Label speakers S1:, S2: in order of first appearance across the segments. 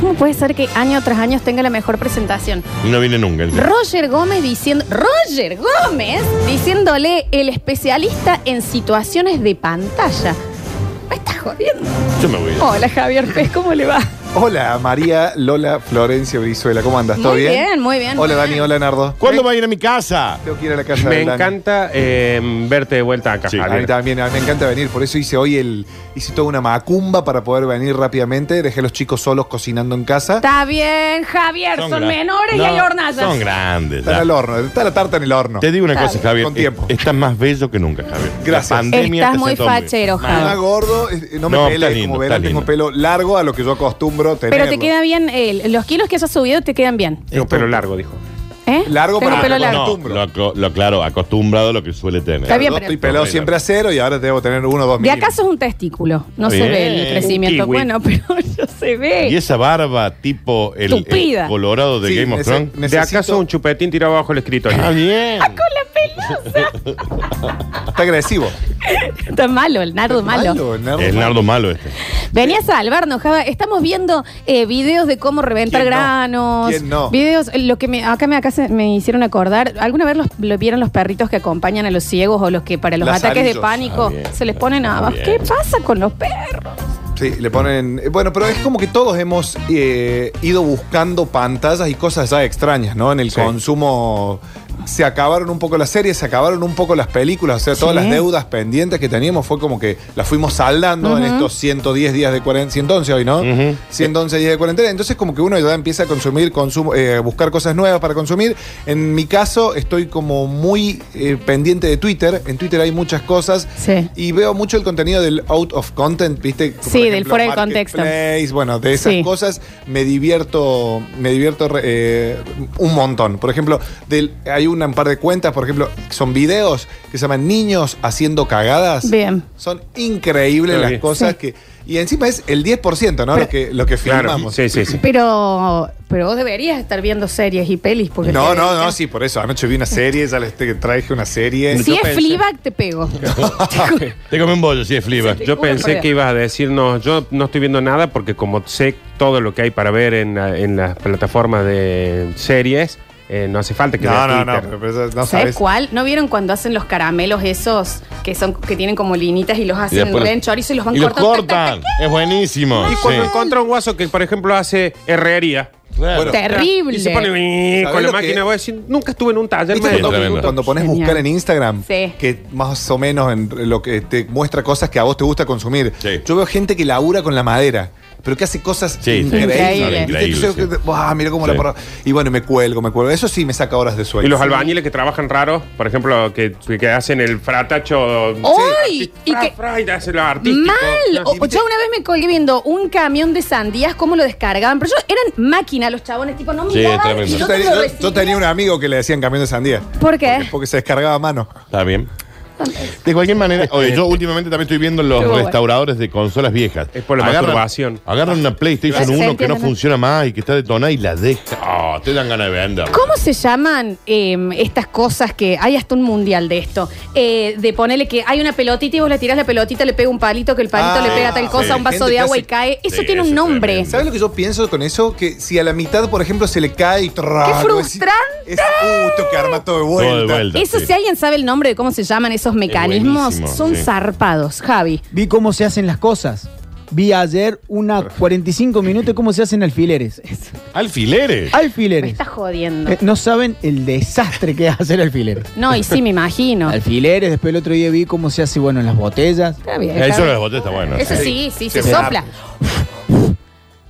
S1: ¿Cómo puede ser que año tras año tenga la mejor presentación?
S2: No viene nunca. el-
S1: Roger Gómez diciendo. Roger Gómez diciéndole el especialista en situaciones de pantalla. Me estás jodiendo.
S2: Yo me voy.
S1: Hola Javier Pez, ¿cómo le va?
S3: Hola, María Lola Florencia Brizuela. ¿Cómo andas? ¿Todo
S1: Muy
S3: bien?
S1: bien, muy bien,
S3: Hola,
S1: muy
S3: Dani.
S1: bien.
S3: Hola, Nardo.
S2: ¿Cuándo va a ir a mi casa?
S3: Tengo que ir a la casa
S4: Me
S3: de Dani.
S4: encanta eh, verte de vuelta acá,
S2: Sí.
S3: A mí
S4: Javier.
S3: también, a mí me encanta venir. Por eso hice hoy el. Hice toda una macumba para poder venir rápidamente. Dejé a los chicos solos cocinando en casa.
S1: Está bien, Javier, son,
S2: gran-
S1: menores y
S2: No,
S1: hay hornallas.
S2: Son grandes.
S3: Está
S2: ya.
S3: en el horno, está la tarta en el horno.
S2: Te digo una
S1: Está
S2: cosa,
S1: bien.
S2: Javier.
S3: Con tiempo.
S2: eh, Estás más bello que nunca, Javier.
S3: Gracias.
S2: La pandemia
S1: Estás
S2: te
S1: muy
S2: sentó bien.
S1: fachero,
S3: Más
S1: Javier.
S3: gordo, eh, no me
S2: No,
S3: pele,
S2: está lindo,
S3: como
S2: está
S3: verán, tengo
S2: lindo.
S3: pelo largo a lo que yo acostumbro tener.
S1: Pero te queda bien, eh, los kilos que has subido te quedan bien.
S4: Tengo pelo largo, dijo.
S1: ¿eh?
S3: Largo
S1: Tengo
S3: para-
S1: pelo
S3: no,
S1: largo.
S2: Ah, No, lo, aclo- lo claro, acostumbrado a lo que suele tener.
S1: Está bien,
S3: Yo
S1: pero-
S3: estoy pelado
S2: Muy
S3: siempre a cero y ahora debo tener uno o dos
S1: De
S3: milímetros.
S1: acaso es un testículo, no se
S2: Bien.
S1: ve el crecimiento.
S4: Un kiwi.
S1: Bueno, pero no se ve.
S2: Y esa barba tipo el, el
S1: Tupida.
S2: colorado de
S3: Sí,
S2: Game of
S3: nece-
S2: Thrones.
S4: De acaso un chupetín tirado abajo el escritorio.
S2: Está
S1: Ah,
S2: bien.
S3: Está agresivo.
S1: Está malo, el nardo malo.
S3: el nardo
S2: Es
S3: malo.
S2: Nardo malo este.
S1: Venía a salvarnos, Java. Estamos viendo eh, videos de cómo reventar
S3: ¿Quién no?
S1: granos.
S3: ¿Quién no?
S1: Videos, eh, lo que me, acá, me, acá se- me hicieron acordar. ¿Alguna vez los, lo vieron los perritos que acompañan a los ciegos o los que para los
S3: Lazarillos.
S1: ataques de pánico
S2: Ah, bien.
S1: se les ponen
S2: Muy
S1: abajo?
S2: bien.
S1: ¿Qué pasa con los perros?
S3: Sí, le ponen. eh, Bueno, pero es como que todos hemos eh, ido buscando pantallas y cosas ya extrañas, ¿no? En el consumo. Se acabaron un poco las series, se acabaron un poco las películas, o sea, todas
S1: Sí.
S3: las deudas pendientes que teníamos fue como que las fuimos saldando en estos 110 días de cuarentena, 111 hoy, ¿no? 111 días de cuarentena, entonces como que uno ya empieza a consumir, consumo, eh, buscar cosas nuevas para consumir. En mi caso estoy como muy eh, pendiente de Twitter, en Twitter hay muchas cosas
S1: Sí.
S3: y veo mucho el contenido del out of content, ¿viste? Por
S1: Sí, del fuera de contexto.
S3: marketplace, Bueno, de esas
S1: Sí.
S3: cosas me divierto, me divierto eh, un montón. Por ejemplo, del, hay una- un par de cuentas, por ejemplo, son videos que se llaman Niños haciendo cagadas.
S1: Bien.
S3: Son increíbles
S4: Muy
S3: las
S4: bien.
S3: cosas que. Y encima es el 10%, ¿no? lo que, lo que
S4: Claro.
S3: filmamos.
S4: Sí, sí, sí.
S1: Pero, pero vos deberías estar viendo series y pelis. porque
S3: No,
S1: te-
S3: no,
S1: te-
S3: no, sí, por eso. Anoche vi una serie, ya les te- traje una serie.
S1: Si
S4: Yo
S1: es
S4: pensé-
S1: Fleabag, te pego.
S2: Te comí un bollo, si es fliba.
S1: Sí,
S4: Yo
S1: juro por
S4: pensé
S1: Dios.
S4: que ibas a decirnos, yo no estoy viendo nada porque como sé todo lo que hay para ver en, la- en las plataformas de series, eh, no hace falta que
S3: No,
S4: veas
S3: no, no,
S4: Twitter.
S3: pero- pero eso no
S1: ¿Sabes
S3: sabes.
S1: cuál? ¿No vieron cuando hacen los caramelos esos que son que tienen como linitas y los
S2: Y
S1: hacen en
S2: después-
S1: red de chorizo y los van
S2: y los
S1: cortando? tac, tac, tac,
S2: cortan. Es buenísimo.
S4: Y
S2: sí.
S4: cuando encuentra un guaso que, por ejemplo, hace herrería.
S2: Claro.
S3: Bueno,
S1: Terrible.
S4: Y se pone "Bing",
S3: ¿Sabés
S4: con
S3: lo
S4: la
S3: que-
S4: máquina, voy a decir, nunca estuve en un taller.
S3: ¿Viste
S4: me-
S2: Sí,
S3: cuando,
S2: tremendo.
S3: cuando pones
S1: Genial.
S3: buscar en Instagram?
S1: Sí.
S3: Que más o menos en lo que te muestra cosas que a vos te gusta consumir.
S2: Sí.
S3: Yo veo gente que labura con la madera, pero que hace cosas
S2: Sí, sí.
S3: increíbles.
S1: Increíble.
S3: ¿viste? Entonces,
S2: Increíble, sí.
S3: ¡buah! mira cómo
S2: Sí.
S3: la porra- Y bueno, me cuelgo, me cuelgo. Eso sí me saca horas de sueño.
S4: Y los albañiles que trabajan raros, por ejemplo, que, que hacen el fratacho.
S1: ¡Ay! Y que-
S4: Fra- fra- hacen lo artístico.
S1: Mal.
S4: No,
S1: O- yo una vez me colgué viendo un camión de sandías, cómo lo descargaban, pero yo eran máquinas los chabones, tipo, no
S2: Sí, es
S1: miraban. y
S2: tremendo.
S3: Yo,
S1: yo te
S3: tenía,
S1: lo ¿Eh?
S3: yo-
S1: recibía.
S3: yo tenía un amigo que le decían camión de sandía.
S1: ¿Por qué?
S3: Porque se descargaba a mano.
S2: Está bien. De cualquier manera, oye, yo últimamente también estoy viendo los
S1: Qué bueno.
S2: restauradores de consolas viejas.
S4: Es por la masturbación.
S2: Agarran una PlayStation
S1: Claro.
S2: 1
S1: Sí,
S2: que no
S1: entiendo.
S2: funciona más y que está detonada y la deja. Ah, te dan ganas de vender.
S1: ¿Cómo se llaman eh, estas cosas que hay hasta un mundial de esto? Eh, de ponerle que hay una pelotita y vos le tirás la pelotita, le pega un palito, que el palito
S3: Ah,
S1: le pega tal
S3: sí.
S1: cosa, un vaso
S3: Gente
S1: de
S3: que
S1: agua
S3: hace-
S1: y cae. Eso
S2: Sí,
S1: tiene un
S2: eso es
S1: nombre.
S2: tremendo.
S3: ¿Sabes lo que yo pienso con eso? Que si a la mitad, por ejemplo, se le cae y tra-
S1: ¡Qué
S3: algo así,
S1: frustrante!
S3: Es puto que arma todo de vuelta.
S2: Todo de vuelta.
S1: Eso,
S2: Sí.
S1: si alguien sabe el nombre de cómo se llaman esos mecanismos,
S2: buenísimo,
S1: son
S2: sí.
S1: zarpados, Javi.
S5: Vi cómo se hacen las cosas. Vi ayer una 45 minutos de cómo se hacen alfileres.
S2: Alfileres.
S1: Me
S5: Alfileres.
S1: estás jodiendo.
S5: Eh, no saben el desastre que es hacer alfileres.
S1: No, y sí, me imagino.
S5: Alfileres, después el otro día vi cómo se hace, bueno, en las botellas.
S1: Está bien, está
S2: Eso
S1: bien.
S2: de las botellas está bueno.
S1: Eso
S2: sí.
S1: sí, sí, se
S3: Sí,
S1: sopla.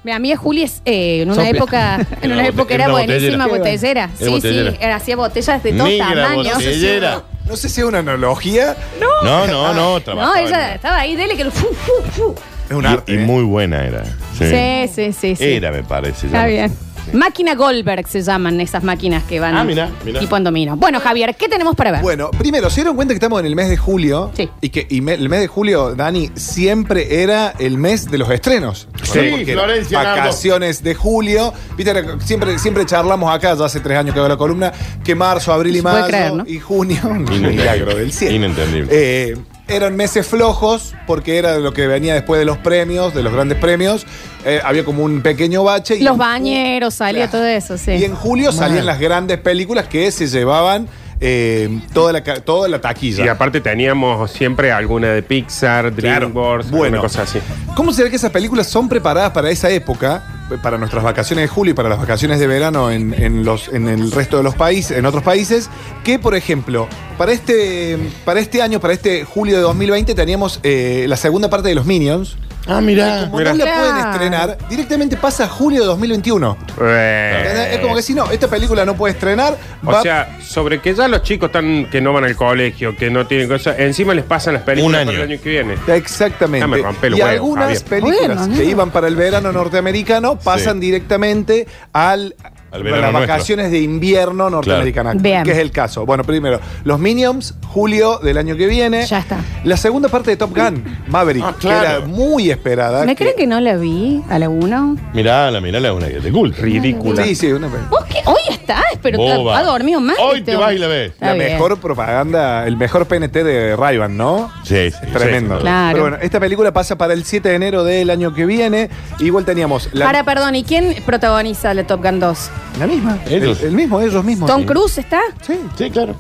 S1: Mi amiga Juli es, eh, en una
S5: Sopla.
S1: época, en
S2: Era
S1: una
S2: bote-
S1: época
S2: era
S1: era
S2: botellera.
S1: buenísima
S5: Qué bueno.
S1: botellera. Sí,
S2: botellera.
S1: sí, era- hacía botellas de todos
S2: Negra
S1: tamaños.
S2: botellera.
S3: No sé si es una analogía.
S2: No, no, no.
S1: No,
S2: trabajaba
S1: ella
S2: en-
S1: estaba ahí, dele que lo fu, fu, fu.
S3: Es un arte.
S2: Y, y
S3: ¿eh?
S2: muy buena era. Sí.
S1: Sí, sí, sí. sí.
S2: Era, me parece. ya
S1: Está
S2: no-
S1: bien. Máquina Goldberg se llaman esas máquinas que van
S2: Ah, mirá, mirá.
S1: tipo en dominó. Bueno, Javier, ¿qué tenemos para ver?
S3: Bueno, primero, ¿se dieron cuenta que estamos en el mes de julio?
S1: Sí.
S3: Y que y me- el mes de julio, Dani, siempre era el mes de los estrenos.
S2: Sí,
S3: Porque
S2: Florencia, Nardo.
S3: Vacaciones de julio. Viste, era- siempre, siempre charlamos acá, ya hace tres años que hago la columna, que marzo, abril y
S1: Se puede
S3: mayo
S1: creer, ¿no?
S3: y junio. un
S2: Inentendible.
S3: milagro del cielo.
S2: Inentendible.
S3: Eh, eran meses flojos porque era lo que venía después de los premios, de los grandes premios. Eh, había como un pequeño bache. y-
S1: Los bañeros, salía
S3: Claro.
S1: todo eso, sí.
S3: y en julio salían las grandes películas que se llevaban eh, toda, la, ca- toda la taquilla.
S4: Y aparte teníamos siempre alguna de Pixar,
S3: Claro.
S4: DreamWorks,
S3: Bueno.
S4: alguna cosa así.
S3: ¿Cómo se ve que esas películas son preparadas para esa época, eh, para nuestras vacaciones de julio y para las vacaciones de verano en, en los, en el resto de los países, en otros países? Que, por ejemplo, para este, para este año, para este julio de 2020, teníamos eh, la segunda parte de los Minions.
S2: Ah, mirá.
S3: Como
S4: Mira.
S3: no la
S1: Claro.
S3: pueden estrenar, directamente pasa a julio de 2021.
S4: Eh,
S3: Es como que si no, esta película no puede estrenar,
S4: O
S3: va-
S4: sea, sobre que ya los chicos están que no van al colegio, que no tienen cosas, encima les pasan las películas
S2: Un
S4: para
S2: año.
S4: el año que viene.
S3: Exactamente.
S4: Ya me rompe el
S3: y
S4: huevo,
S2: Ah,
S3: algunas
S4: Javier.
S3: películas
S1: Bueno,
S3: que
S1: no.
S3: iban para el verano norteamericano pasan
S2: Sí.
S3: directamente al,
S2: Al
S3: a
S2: verano
S3: las
S2: nuestro.
S3: vacaciones de invierno norteamericana,
S1: Claro. Bien.
S3: que es el caso. Bueno, primero, los Minions, julio del año que viene.
S1: Ya está.
S3: La segunda parte de Top Gun, Maverick,
S2: Ah, claro.
S3: que era muy esperada.
S1: ¿Me creen que no la vi a la 1?
S2: Mirala, mirala, una que te culta.
S4: Ridícula.
S3: Sí, sí, una pe-
S1: ¿Vos qué? Hoy estás, pero te-
S2: Boba.
S1: ha dormido mal.
S2: Hoy
S1: este
S2: te
S1: hombre.
S2: vas y la ves.
S1: Está
S3: La
S1: bien.
S3: mejor propaganda, el mejor PNT de Rayban, ¿no?
S2: Sí, sí,
S3: Tremendo.
S2: sí.
S1: Claro.
S3: Pero bueno, esta película pasa para el 7 de enero del año que viene. Igual teníamos la,
S1: Para, perdón, ¿y quién protagoniza la Top Gun 2?
S3: la misma.
S2: Ellos.
S3: El, el mismo, ellos mismos.
S1: ¿Tom Cruise está?
S3: Sí.
S2: Sí, claro.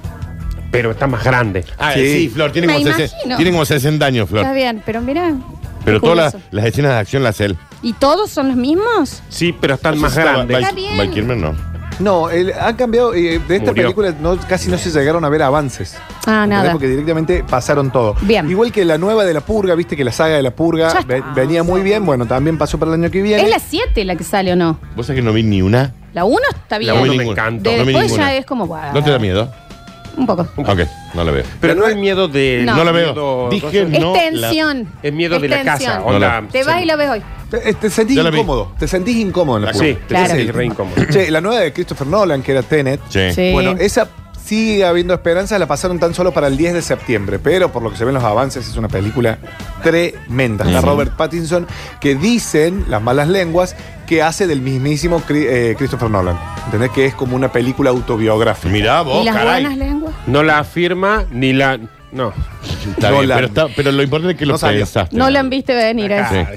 S4: Pero está más grande.
S2: Ah,
S3: Sí.
S2: sí, Flor, tiene
S1: Me
S2: como, sesen-
S1: imagino.
S2: tiene como 60 años, Flor.
S1: Está bien, pero mira.
S2: Pero
S1: qué
S2: todas las,
S1: curioso.
S2: las escenas de acción las hace él.
S1: ¿Y todos son los mismos?
S4: Sí, pero están más
S2: Val-
S4: grandes.
S1: Está bien.
S2: Val Kilmer no.
S3: No, el- han cambiado. eh, de esta
S4: Murió.
S3: película no, casi no se llegaron a ver avances.
S1: Ah,
S3: ¿Entendés?
S1: nada.
S3: Porque directamente pasaron todo.
S1: Bien.
S3: Igual que la nueva de La Purga, viste que la saga de La Purga
S1: Ya está.
S3: ve- venía muy bien. Bueno, también pasó para el año que viene.
S1: ¿Es la 7 la que sale o no?
S2: Vos sabés que no vi ni una.
S1: La 1 está bien.
S4: La
S2: no vi
S4: uno me
S2: ninguna.
S4: encantó.
S1: De
S2: no vi
S1: después
S2: ninguna.
S1: ya es como. guau,
S2: ¿No te da miedo?
S1: Un poco.
S2: Ok, no la veo.
S4: Pero no es miedo de.
S1: No.
S2: No la
S4: miedo-
S2: veo. Dije
S1: Es
S2: no. la-
S1: tensión.
S4: Es miedo
S1: Es
S4: de la
S1: tensión.
S4: casa. Onda,
S2: No,
S1: Te vas y la ves hoy.
S3: Te, eh, te sentís
S2: Ya la vi.
S3: incómodo. Te sentís incómodo en La Purga.
S4: Sí, te
S1: Claro.
S4: sentís re incómodo.
S3: Che, la nueva de Christopher Nolan, que era Tenet.
S2: Sí.
S1: Sí.
S3: Bueno, esa sigue habiendo esperanza. La pasaron tan solo para el 10 de septiembre. Pero por lo que se ven los avances, es una película tremenda. Está
S2: Ujú.
S3: Robert Pattinson, que dicen las malas lenguas que hace del mismísimo Cri- eh, Christopher Nolan. ¿Entendés? Que es como una película autobiográfica.
S2: Mirá
S1: ¿Y
S2: vos,
S1: las
S2: Oh, caray.
S1: buenas lenguas?
S4: No la afirma ni la. No.
S2: Está bien,
S3: Nolan.
S2: pero, está- pero lo importante es que
S3: No
S2: lo
S3: salió.
S2: pensaste.
S1: No la han visto venir.
S4: Ah,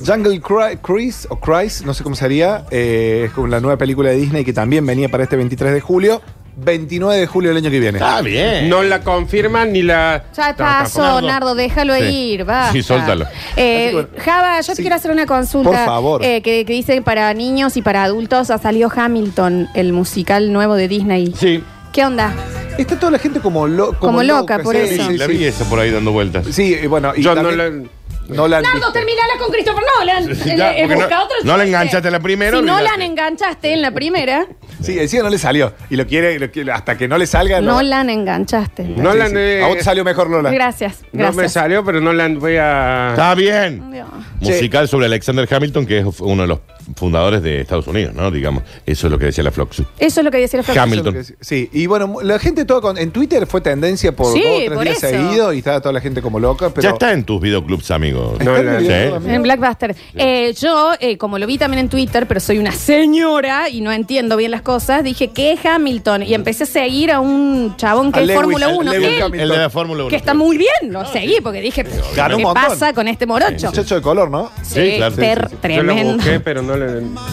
S1: esa.
S3: Jungle Cry- Cruise o Cries, no sé cómo sería, eh, es como la nueva película de Disney que también venía para este 23 de julio. 29 de julio del año que viene.
S1: Ah.
S2: Está bien.
S4: No la confirma ni la.
S1: Ya
S4: No, tampoco.
S1: pasó, Nardo, déjalo
S2: Sí.
S1: ir, va.
S2: Sí, soltalo.
S1: Eh,
S3: Así que bueno,
S1: Java, yo te
S3: sí.
S1: quiero hacer una consulta.
S3: Por favor.
S1: eh, que, que dice para niños y para adultos ha salido Hamilton, el musical nuevo de Disney.
S2: Sí.
S1: ¿Qué onda?
S3: Está toda la gente como, lo-
S1: Como loca, por
S3: sí,
S1: eso.
S3: sí,
S2: La
S3: sí.
S2: vi esa por ahí dando vueltas.
S3: Sí, y bueno, y
S4: Yo no
S3: también-
S4: la.
S3: no la han
S1: Nardo,
S3: visto.
S1: terminala con Christopher Nolan.
S2: Sí, ya,
S1: Eh, eh,
S2: porque
S1: busca
S2: no-
S1: otro
S2: no la
S1: chiste.
S2: enganchaste en la primera,
S1: Si no la
S2: olvídate.
S1: enganchaste en la primera,
S3: Sí, encima no le salió. Y lo quiere, lo quiere- hasta que no le salga.
S1: no la enganchaste.
S4: No la. eh,
S3: A vos te salió mejor, Lola.
S1: Gracias,
S4: No me
S1: gracias.
S4: salió, pero no la voy a.
S2: Está bien.
S1: Dios.
S2: Musical sobre Alexander Hamilton, que es uno de los fundadores de Estados Unidos, ¿no? Digamos, eso es lo que decía la Floxu.
S1: Eso es lo que decía la
S2: Hamilton.
S3: Sí, y bueno, la gente toda con- en Twitter fue tendencia por
S1: Sí,
S3: dos o tres
S1: por
S3: días
S1: eso.
S3: seguidos y estaba toda la gente como loca, pero
S2: Ya está en tus videoclubs, amigos.
S4: No,
S3: Está
S4: la-
S3: muy bien,
S2: Sí.
S3: amigo.
S1: En Blackbuster. Eh, yo, eh, como lo vi también en Twitter, pero soy una señora y no entiendo bien las cosas, dije, ¿qué es Hamilton? Y empecé a seguir a un chabón que
S3: A
S1: es
S3: Lewis,
S1: Fórmula
S3: al
S1: 1,
S3: Lewis
S1: él,
S3: Hamilton.
S2: El de la Fórmula 1.
S1: que está muy bien, lo seguí porque dije,
S3: Ganó un
S1: ¿qué
S3: montón.
S1: pasa con este morocho?
S3: Muchacho de color, ¿no?
S1: Sí,
S2: Sí, claro, sí,
S1: ter-
S2: sí, sí.
S4: Yo la
S1: tremendo.
S4: busqué, pero no la.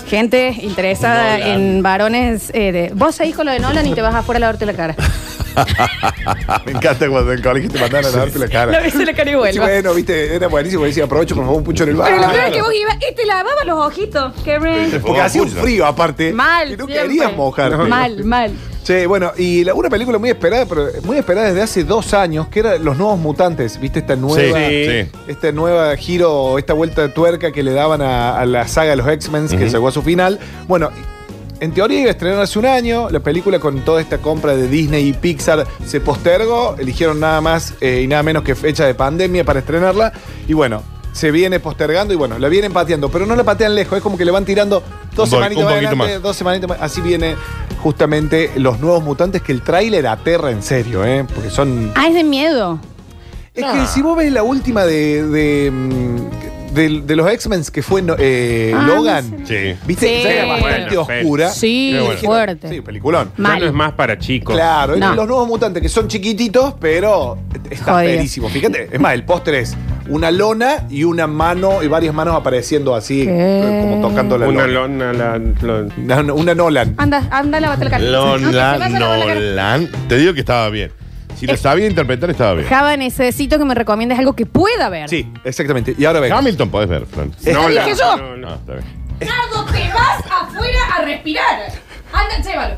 S1: Gente interesada en varones. eh, de- Vos seguís con lo de Nolan y te vas afuera a lavarte la cara.
S3: Me encanta cuando en el colegio te mandaron a darte la
S1: Lo
S3: cara.
S1: ves en la cara y
S3: Sí,
S1: vuelvo.
S3: bueno, viste, era buenísimo. Decía, aprovecho, por favor, un pucho en el bar.
S1: Pero lo peor es que vos ibas y te lavabas los ojitos, Karen.
S3: Porque hacía un frío aparte.
S1: Mal.
S3: Y no
S1: siempre.
S3: querías mojarte.
S1: Mal, mal.
S3: Sí, bueno, y la- una película muy esperada, pero muy esperada desde hace dos años, que era Los Nuevos Mutantes, ¿viste? Esta nueva,
S2: Sí, sí.
S3: este nueva giro, esta vuelta de tuerca que le daban a, a la saga de los X-Men, que llegó a su final. Bueno, en teoría iba a estrenar hace un año, la película con toda esta compra de Disney y Pixar se postergó, eligieron nada más eh, y nada menos que fecha de pandemia para estrenarla, y bueno. se viene postergando y bueno, la vienen pateando, pero no la patean lejos, es como que le van tirando
S2: Un po-
S3: dos semanitas
S2: un
S3: más
S2: poquito
S3: adelante,
S2: más.
S3: dos semanitas más. Así viene justamente los nuevos mutantes que el tráiler aterra en serio, ¿eh? Porque son.
S1: Ah, es de miedo.
S3: Es que si vos ves la última de. de, mm, de- de los X-Men que fue no- eh,
S1: Ah,
S3: Logan.
S1: no
S2: Sí.
S3: Viste que
S1: Sí.
S3: ya era bastante
S4: Bueno,
S3: oscura.
S1: Sí,
S3: Y dijeron,
S1: fuerte.
S3: Sí, peliculón.
S4: Ya
S1: Mal.
S4: no es más para chicos.
S3: Claro, y
S1: No.
S3: los nuevos mutantes que son chiquititos, pero está
S1: Jodido.
S3: perísimo. Fíjate, es más, el póster es una lona y una mano y varias manos apareciendo así,
S1: ¿Qué?
S3: eh, como tocando la
S4: Una
S3: lona.
S4: lona, la, la-
S3: Una, una Nolan.
S1: Anda, anda, lávate la cara. Anda,
S2: Lola,
S1: lávate la cara. Eh,
S2: Nolan. Te digo que estaba bien. Si lo sabía interpretar, estaba bien.
S1: Java, necesito que me recomiendes algo que pueda ver.
S3: Sí, exactamente. Y ahora ven.
S2: Hamilton podés ver, Fran.
S1: Eso
S4: Nolan.
S1: dije yo.
S4: No,
S2: Ah,
S4: no.
S2: está bien.
S1: Nardo, te vas afuera a respirar. Anda, llévalo.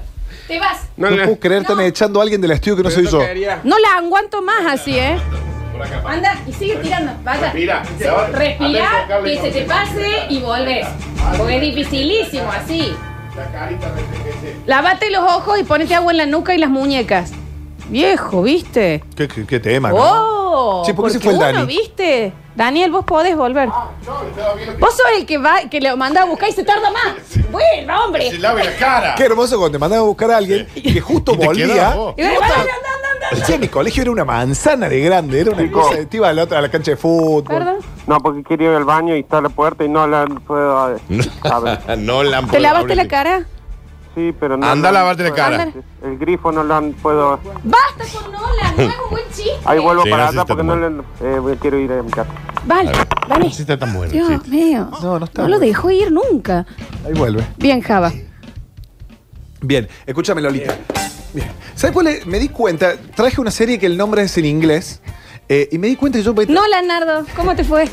S1: Te vas.
S3: No,
S4: No,
S3: puedo creer, están
S1: No.
S3: echando a alguien del estudio que no soy yo.
S1: No la aguanto más así, ¿eh? Anda y sigue tirando. Vaya.
S2: Respira.
S1: Sí, Respira, que se te pase y volvés. Porque es dificilísimo así. Lavate los ojos y ponete agua en la nuca y las muñecas. Viejo, ¿viste?
S3: ¿Qué, qué- qué tema, ¿no?
S1: ¡Oh!
S3: Sí, porque ese fue el
S1: uno,
S3: Dani.
S1: ¿viste? Daniel, vos podés volver. Vos sos el que va, que lo manda a buscar y se tarda más. Bueno, hombre.
S2: Se lave la cara.
S3: Qué hermoso cuando te mandaban a buscar a alguien que justo
S2: Y te quedás
S3: volvía.
S2: vos.
S1: Y bueno, anda, anda, anda, anda.
S3: Che, mi colegio era una manzana de grande, era una cosa. de- Te iba a la, otra, a la cancha de fútbol.
S1: Perdón.
S4: No, porque quería ir al baño y está la puerta y no la puedo abrir.
S2: Nolan.
S1: ¿Te
S2: por
S1: lavaste
S2: favor.
S1: la cara?
S4: Sí, pero no.
S2: Anda a
S4: no,
S2: lavarte la cara.
S1: Ándale.
S4: El grifo no lo puedo.
S1: Basta con Nolan, no es un buen chiste.
S4: Ahí vuelvo
S2: Sí,
S4: para
S2: no, sí
S4: atrás
S2: está
S4: porque no le, eh, quiero ir a mi casa.
S1: Vale, vale.
S2: Sí, está tan bueno.
S1: Dios
S2: sí.
S1: mío.
S3: No, no está
S1: lo
S3: bueno.
S1: dejó ir nunca.
S3: Ahí vuelve.
S1: Bien, Java.
S3: Bien, escúchame, Lolita. Bien. ¿Sabes cuál es? Me di cuenta, traje una serie que el nombre es en inglés. eh, y me di cuenta que yo.
S1: No, Leonardo, ¿cómo te fue?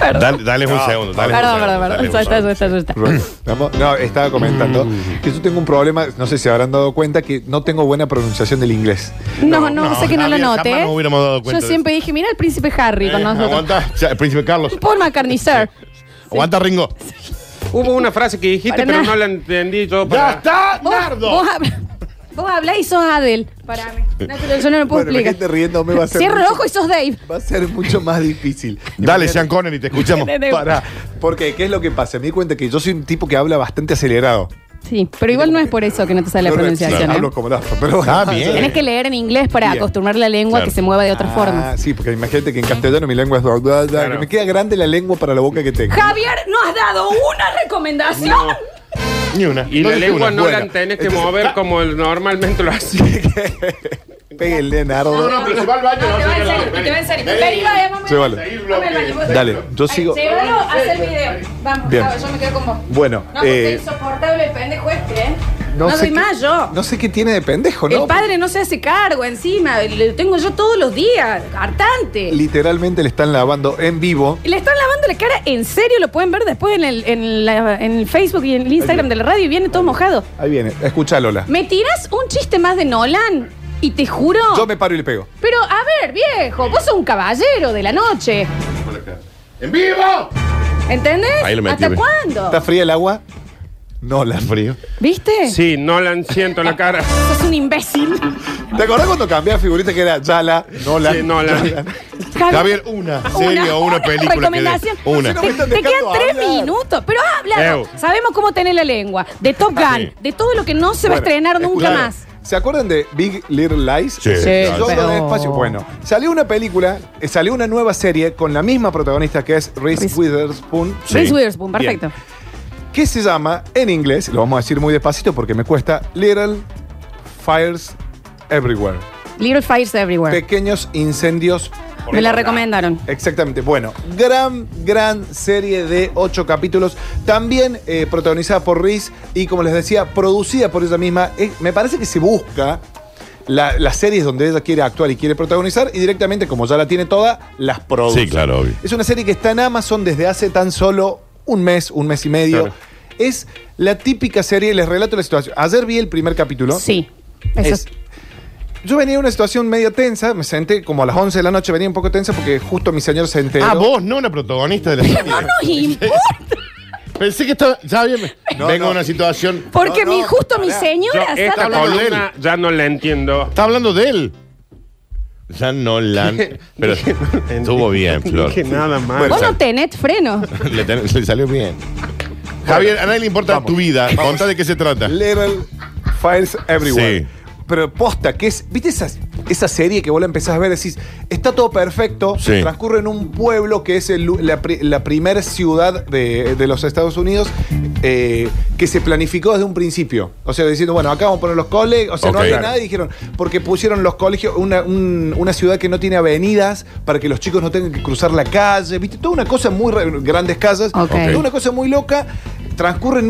S2: Dale, dale un segundo. Dale un
S1: Perdón,
S2: segundo,
S1: perdón,
S2: dale
S1: perdón.
S2: un
S1: Suelta,
S2: segundo.
S1: suelta, suelta.
S3: Vamos, No, estaba comentando
S2: Mm.
S3: que yo tengo un problema, no sé si habrán dado cuenta, que no tengo buena pronunciación del inglés.
S1: No, no,
S2: no,
S1: sé que no lo
S2: Javier, jamás
S1: noté.
S2: nos hubiéramos dado cuenta
S1: Yo
S2: de
S1: siempre dije, mira el príncipe Harry con
S2: Eh,
S1: nosotros.
S2: Aguanta, ya, el príncipe Carlos.
S1: Paul McCartney, sir.
S2: Aguanta, Ringo.
S4: Hubo una frase que dijiste,
S1: Para
S4: pero
S1: nada.
S4: no la entendí yo.
S2: ¡Ya
S4: Para...
S2: está,
S1: Vos,
S2: Nardo!
S1: vos hab- vos hablás y sos Adel. Para mí. No, pero yo no lo puedo
S3: Bueno, la gente
S1: explicar.
S3: riéndome va a ser.
S1: Cierro el
S3: mucho-
S1: ojo y sos Dave.
S3: Va a ser mucho más difícil.
S2: Dale, Sean Connery, te escuchamos.
S1: Eh,
S3: Para, porque ¿qué es lo que pasa? Me di cuenta que yo soy un tipo que habla bastante acelerado.
S1: Sí, pero igual no es por eso que no te sale la
S3: Yo no-
S1: pronunciación.
S3: claro,
S1: ¿eh?
S3: Hablo como la pero
S2: Ah, bien.
S1: Tenés que leer en inglés para
S3: Bien.
S1: acostumbrar la lengua a que
S2: Claro.
S1: se mueva de otras
S3: Ah,
S1: formas.
S3: Sí, porque imagínate que en castellano mi lengua es.
S4: Claro.
S3: Me queda grande la lengua para la boca que tengo.
S1: Javier, ¿no has dado una recomendación?
S2: Ni una.
S4: Y la
S2: dije
S4: lengua
S2: una. Este
S4: no
S3: Bueno,
S4: la tenés que
S3: entonces-
S4: mover como el- normalmente lo hacía.
S3: Péguenle, Nardo.
S2: No, no, pero se va al baño,
S1: No,
S2: no
S1: te
S2: se
S1: va en serio,
S2: queda dormido.
S1: te va en serio.
S2: Vení.
S1: Vení, vamos, vamos.
S3: Llévalo.
S1: Vamos al baño, vos.
S3: Dale, yo
S1: Ay,
S3: sigo.
S1: Llévalo a hacer video. Vamos,
S3: Bien.
S1: Java, yo me quedo con vos.
S3: Bueno,
S1: No, porque
S3: eh,
S1: es insoportable el pendejo este, ¿eh? No,
S3: sé
S1: doy
S3: qué-
S1: más yo.
S3: No sé qué tiene de pendejo, ¿no?
S1: El padre no se hace cargo encima, lo tengo yo todos los días, hartante.
S3: Literalmente le están lavando en vivo.
S1: Le están lavando la cara, en serio, lo pueden ver después en el, en la- en el Facebook y en el Instagram de la radio y viene todo mojado.
S3: Ahí viene, escucha Lola.
S1: ¿Me tiras un chiste más de Nolan? Y te juro.
S3: Yo me paro y le pego.
S1: Pero a ver, viejo, vos sos un caballero de la noche.
S2: ¡En vivo!
S1: ¿Entendés?
S2: Ahí lo metí,
S1: ¿Hasta
S2: ve.
S3: ¿Está
S1: cuándo?
S3: fría el agua? No, la fría.
S2: Frío.
S1: ¿Viste?
S4: Sí, no la siento la cara.
S1: Sos un imbécil.
S3: ¿Te acordás cuando cambiaba figurita que era Yala, Nola?
S4: Sí, no la.
S2: Javier, una serie o una película. que dé.
S1: Recomendación.
S2: Una.
S3: No
S1: Te,
S3: me están
S1: te quedan
S3: dejando
S1: tres
S3: hablar.
S1: minutos. Pero habla.
S4: Eu.
S1: Sabemos cómo tener la lengua. De Top Gun.
S2: Sí.
S1: De todo lo que no se va a
S3: Bueno,
S1: estrenar nunca
S3: escuchá.
S1: más.
S3: ¿Se acuerdan de Big Little Lies?
S2: Sí, Sí,
S3: Yo
S1: pero-
S3: hablo de espacio. Bueno, salió una película, eh, salió una nueva serie con la misma protagonista que es Reese,
S1: Reese.
S3: Witherspoon.
S2: Sí.
S1: Reese Witherspoon, perfecto.
S3: Bien. Que se llama, en inglés, lo vamos a decir muy despacito porque me cuesta, Little Fires Everywhere.
S1: Little Fires Everywhere.
S3: Pequeños incendios
S1: Me la recomendaron.
S3: Exactamente. Bueno, gran, gran serie de ocho capítulos. También eh, protagonizada por Reese y, como les decía, producida por ella misma. Eh, me parece que se busca la- las series donde ella quiere actuar y quiere protagonizar y directamente, como ya la tiene toda, las produce.
S2: Sí, claro, obvio.
S3: Es una serie que está en Amazon desde hace tan solo un mes, un mes y medio.
S4: Claro.
S3: Es la típica serie, les relato la situación. Ayer vi el primer capítulo.
S1: Sí. Eso
S3: Es- yo venía en una situación media tensa, me senté como a las 11 de la noche, venía un poco tensa porque justo mi señor se enteró.
S2: Ah, vos no la protagonista de la serie.
S1: no nos importa.
S2: Pensé que estaba. Ya bien.
S3: No,
S2: Vengo
S3: no.
S2: a una situación.
S1: Porque
S3: No, no,
S1: mi, justo mi
S3: pará.
S4: Yo
S1: señora.
S4: esta
S1: sabe-
S2: hablando de él.
S4: columna ya no la entiendo.
S2: Está hablando de él. Ya no la. Pero estuvo bien, Flor.
S4: Dije nada más.
S2: Bueno,
S1: Vos no tenés freno.
S2: le, ten- le salió bien. Javier, a nadie le importa tu vida. Contá de qué se trata.
S3: Little Fires Everywhere.
S2: Sí.
S3: Pero posta, que es. ¿Viste esa, esa serie que vos la empezás a ver? Decís, está todo perfecto.
S2: Sí.
S3: Transcurre en un pueblo que es el lu- la, pri- la primera ciudad de, de los Estados Unidos eh, que se planificó desde un principio. O sea, diciendo, bueno, acá vamos a poner los colegios. O sea, no
S2: Ok.
S3: había
S2: Claro.
S3: nada y dijeron, porque pusieron los colegios, una, un- una ciudad que no tiene avenidas para que los chicos no tengan que cruzar la calle. ¿Viste? Toda una cosa muy. re- grandes casas.
S1: Ok.
S3: Toda una cosa muy loca. Transcurre en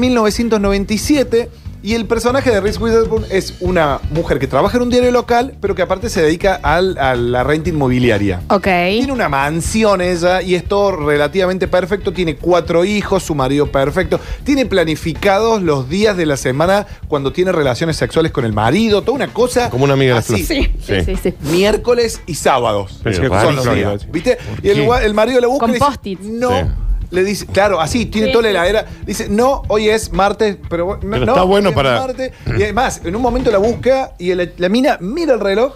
S3: 1997 y el personaje de Reese Witherspoon es una mujer que trabaja en un diario local, pero que aparte se dedica al- a la renta inmobiliaria.
S1: Ok.
S3: Tiene una mansión ella y es todo relativamente perfecto. Tiene cuatro hijos, su marido perfecto. Tiene planificados los días de la semana cuando tiene relaciones sexuales con el marido. Toda una cosa.
S2: Como una amiga de la
S3: así.
S2: Flor.
S1: Sí, sí, sí. sí.
S3: Miércoles y sábados.
S4: Pensé que
S3: Son
S4: Barry
S3: los
S4: Flor iba a
S3: días,
S4: decir.
S3: ¿Viste? Y el,
S2: qué?
S3: gua- el marido le busca.
S1: Con
S3: y le dice,
S1: post-its.
S3: No.
S2: Sí.
S3: Le dice, claro, así, tiene
S1: Sí,
S3: toda la
S1: sí.
S3: heladera. Dice, no, hoy es martes, pero, bu- no,
S2: Pero
S3: no,
S2: está bueno
S3: hoy es
S2: para-
S3: martes. Y además, en un momento la busca y la, la mina mira el reloj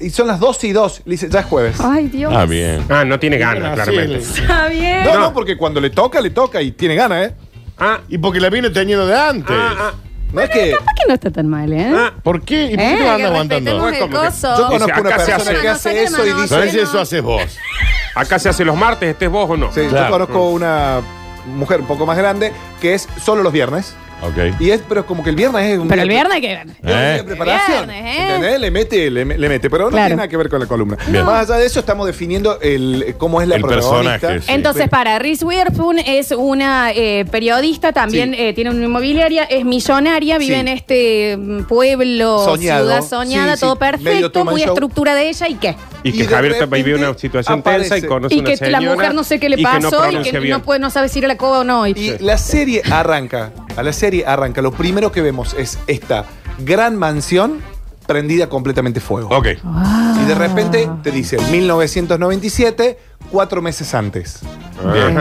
S3: y son las 12 y 2. Le dice, ya es jueves.
S1: Ay, Dios.
S2: Ah, bien.
S4: Ah, no tiene ganas,
S2: Así
S4: claramente.
S2: es.
S1: Está bien.
S3: No, no, porque cuando le toca, le toca y tiene ganas, ¿eh?
S4: Ah,
S2: Y porque la viene teniendo de antes.
S4: ah, ah.
S3: No es que.
S1: Capaz que no está tan mal, ¿eh?
S4: Ah,
S2: ¿Por qué? ¿Y por
S1: Eh,
S2: qué lo
S1: que
S2: anda aguantando?
S1: respetemos
S4: No es
S1: el
S4: como que-
S1: coso.
S3: Pues Yo conozco una
S4: acá se
S3: persona
S4: hace.
S3: que hace
S1: Saca la
S3: eso y
S1: mano,
S3: dice.
S2: ¿Sabes si
S1: no.
S2: eso haces vos?
S4: Acá se hace los martes, estés vos o no.
S3: Sí,
S2: Claro.
S3: Yo conozco una mujer un poco más grande que es solo los viernes.
S2: Ok.
S3: Y es, pero es como que el viernes es un
S1: Pero el
S3: día-
S1: viernes hay que ver.
S3: Es un día de
S2: ¿Eh?
S3: preparación.
S1: Viernes, ¿eh?
S3: ¿entendés? Le mete, le, me- le mete, pero no
S1: Claro.
S3: tiene nada que ver con la columna.
S2: Bien.
S3: Más allá de eso, estamos definiendo el, cómo es la
S2: El
S3: protagonista.
S2: personaje, sí.
S1: Entonces, para Reese Witherspoon es una eh, periodista, también
S3: Sí.
S1: eh, tiene una inmobiliaria, es millonaria, vive
S3: Sí.
S1: en este mm, pueblo,
S3: Soñado.
S1: ciudad soñada,
S3: Sí, sí.
S1: todo
S3: Medio
S1: perfecto,
S3: Truman
S1: muy
S3: Show.
S1: estructura de ella y qué.
S4: Y que
S3: Y de
S4: Javier está
S3: repente
S4: vive una situación
S3: aparece.
S4: tensa y conoce
S1: Y
S4: una
S1: que
S4: señora
S1: la mujer no sé qué le
S4: y que no
S1: pasó y
S4: pronuncia
S1: que
S4: bien.
S1: no, puede, no sabe si ir a la coba o no. Y-
S3: Y la serie arranca, a la serie arranca. Lo primero que vemos es esta gran mansión prendida completamente fuego.
S2: Ok.
S3: Y de repente te dice 1997, cuatro meses antes.
S4: Bien.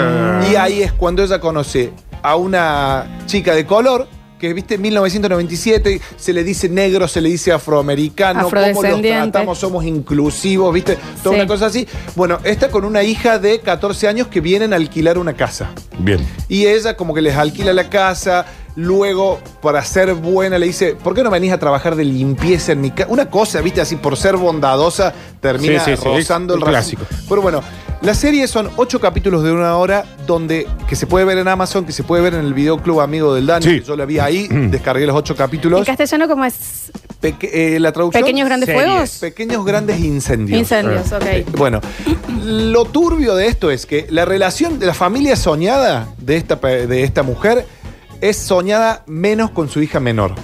S3: Y ahí es cuando ella conoce a una chica de color que, viste, en 1997 se le dice negro, se le dice afroamericano, cómo los
S1: Afrodescendiente.
S3: tratamos, somos inclusivos, viste, toda
S1: Sí.
S3: una cosa así. Bueno, está con una hija de 14 años que vienen a alquilar una casa.
S2: Bien.
S3: Y ella como que les alquila la casa, luego para ser buena le dice, ¿por qué no venís a trabajar de limpieza en mi casa? Una cosa, viste, así por ser bondadosa termina
S4: Sí, sí, sí,
S3: rozando
S4: es
S3: el
S4: un
S3: racismo.
S4: clásico.
S3: Pero bueno, la serie son ocho capítulos de una hora donde que se puede ver en Amazon, que se puede ver en el videoclub Amigo del Dani,
S2: Sí.
S3: que yo la vi ahí,
S4: Mm.
S3: descargué los ocho
S1: En
S3: capítulos.
S1: castellano como es
S3: Peque- eh, la traducción
S1: pequeños grandes
S4: series.
S1: fuegos,
S3: Pequeños grandes incendios.
S1: incendios, ok.
S3: Eh, Bueno, lo turbio de esto es que la relación de la familia soñada de esta, pe- de esta mujer es soñada menos con su hija menor.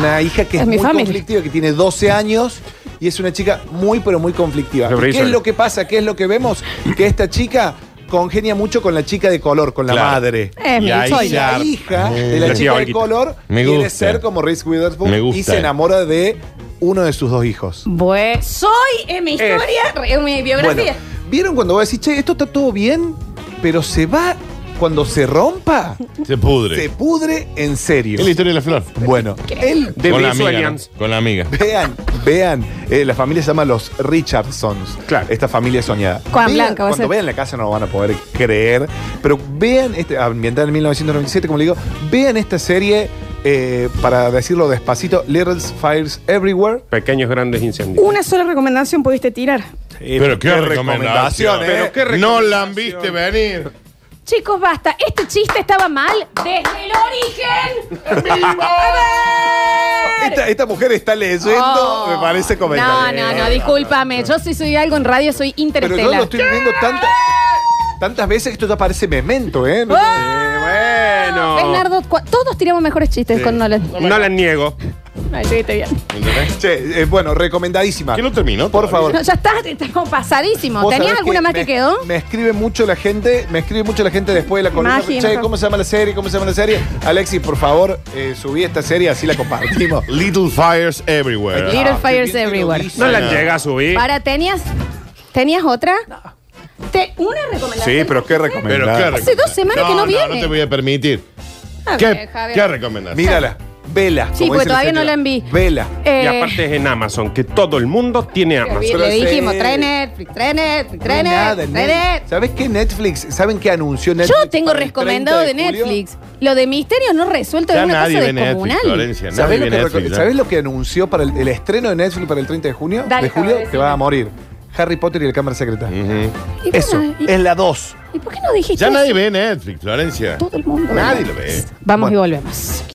S3: Una hija que es,
S1: Ah, Es mi
S3: muy
S1: familia.
S3: conflictiva, que tiene 12 años y es una chica muy, pero muy conflictiva.
S4: Sobre
S3: ¿Qué
S4: eso.
S3: es lo que pasa? ¿Qué es lo que vemos? Que esta chica congenia mucho con la chica de color, con la
S2: Claro.
S3: madre.
S1: Es mi
S2: Y ahí
S1: soy.
S2: ya-
S3: La hija de
S2: La
S3: la
S4: tía
S3: chica de
S4: Olguita.
S3: color
S2: Me
S3: quiere
S2: gusta.
S3: ser como Reese Witherspoon
S2: Me
S3: y
S2: gusta.
S3: se enamora de uno de sus dos hijos.
S1: Bue- soy es mi historia, es mi biografía.
S3: Bueno, ¿vieron cuando vos decís, che, esto está todo bien, pero se va cuando se rompa?
S2: Se
S3: Se
S2: pudre.
S3: pudre en serio.
S2: Es la historia de la Flor.
S3: Bueno, él,
S4: De
S2: con la
S4: Vince
S2: amiga.
S4: Williams.
S2: ¿no? Con la amiga.
S3: vean, vean, eh, la familia se llama los Richardsons.
S4: Claro.
S3: Esta familia soñada.
S1: Juan
S3: Vean-
S1: Blanco, va a
S3: cuando
S1: ser.
S3: vean la casa no lo van a poder creer, pero vean, este, ambiental en 1997, como le digo, vean esta serie, eh, para decirlo despacito, Little Fires Everywhere.
S4: Pequeños grandes incendios.
S1: Una sola recomendación pudiste tirar.
S3: Eh,
S2: Pero qué recomendación.
S3: recomendación,
S2: ¿eh?
S3: ¿eh?
S4: Pero qué
S2: No
S4: recomendación.
S2: la han viste venir.
S1: Chicos, basta. Este chiste estaba mal desde el origen. A ver.
S3: Esta, esta mujer está leyendo,
S1: Oh.
S3: Este me parece
S1: No,
S3: comentario.
S1: no, no, discúlpame. Yo sí soy algo en radio, soy
S3: Pero yo lo
S1: interestelar.
S3: estoy viendo tantas, tantas veces que esto ya parece memento, ¿eh? No-
S1: Ah.
S4: Eh, bueno.
S1: ¿Ves, Nardo? Cu- Todos tiramos mejores chistes con Nolan.
S4: No la niego.
S1: Ay, estuviste bien.
S2: ¿Entendés?
S3: Che, eh, bueno, recomendadísima.
S2: ¿Que no terminó?
S3: Por favor.
S1: No, ya está, estamos pasadísimo.
S3: Vos
S1: ¿Tenías
S3: sabés
S1: alguna más
S3: me-
S1: que quedó?
S3: Me escribe mucho la gente, me escribe mucho la gente después de la columna.
S1: Imagino.
S3: Che, ¿cómo se llama la serie? ¿Cómo se llama la serie? Alexis, por favor, eh, subí esta serie así la compartimos.
S2: Little Fires Everywhere.
S1: Little
S3: Ah,
S1: Fires
S3: qué bien que lo
S1: Everywhere.
S3: dice.
S4: No la
S2: no.
S4: llega a subir.
S1: Para, ¿tenías, ¿tenías otra? Te- una recomendación.
S3: Sí, pero qué
S2: Pero
S3: recomendada.
S2: qué
S1: Hace dos semanas que no
S2: No
S1: viene.
S2: te voy a permitir.
S1: A
S2: ¿Qué,
S1: ver, Javier.
S2: qué recomendación?
S3: Mírala. Vela.
S1: Sí,
S3: como
S1: porque
S3: dice
S1: todavía no
S3: señora.
S1: la enví.
S3: Vela.
S1: Eh,
S4: Y aparte es en Amazon, que todo el mundo tiene Amazon.
S1: Le dijimos,
S3: Sí.
S1: trae Netflix, trae Netflix, trae
S3: No hay nada
S1: Netflix,
S3: en
S1: trae
S3: Netflix.
S1: Netflix.
S3: ¿Sabés qué Netflix? ¿Saben qué anunció Netflix?
S1: Yo tengo
S3: para el
S1: recomendado de
S3: 30 julio?
S1: Netflix. Lo de misterios no resuelto es
S2: Ya
S1: una
S2: nadie
S1: cosa
S2: ve Netflix,
S1: descomunal.
S2: Florencia. Nadie
S3: ¿Sabés
S2: ve
S3: lo, que,
S2: Netflix. ¿eh?
S3: reco-
S2: ya.
S3: ¿sabés lo que anunció para el, el estreno de Netflix para el 30 de junio?
S1: Dale,
S3: de julio,
S1: Javier,
S3: te vas a morir. Harry Potter y el Cámara Secreta.
S2: Ujú.
S1: Y
S3: Eso, eh,
S1: bueno, y-
S3: es la 2.
S1: ¿Y por qué no dijiste
S2: Ya
S1: eso?
S2: nadie ve Netflix, Florencia.
S1: Todo el mundo.
S2: Nadie lo ve.
S1: Vamos
S3: Bueno.
S1: y volvemos.